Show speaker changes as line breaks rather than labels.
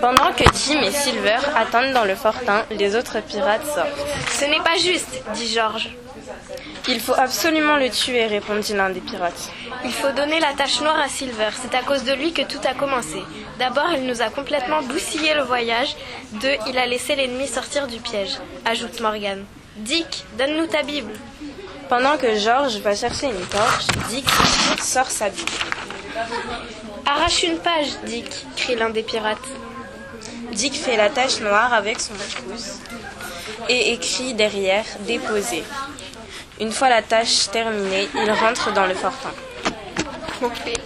Pendant que Jim et Silver attendent dans le fortin, les autres pirates sortent.
Ce n'est pas juste, dit George.
Il faut absolument le tuer, répondit l'un des pirates.
Il faut donner la tache noire à Silver. C'est à cause de lui que tout a commencé. D'abord, il nous a complètement bousillé le voyage. Deux, il a laissé l'ennemi sortir du piège, ajoute Morgan. Dick, donne-nous ta Bible.
Pendant que George va chercher une torche, Dick sort sa Bible.
Arrache une page, Dick, crie l'un des pirates.
Dick fait la tache noire avec son pouce et écrit derrière déposé. Une fois la tâche terminée, il rentre dans le fortin.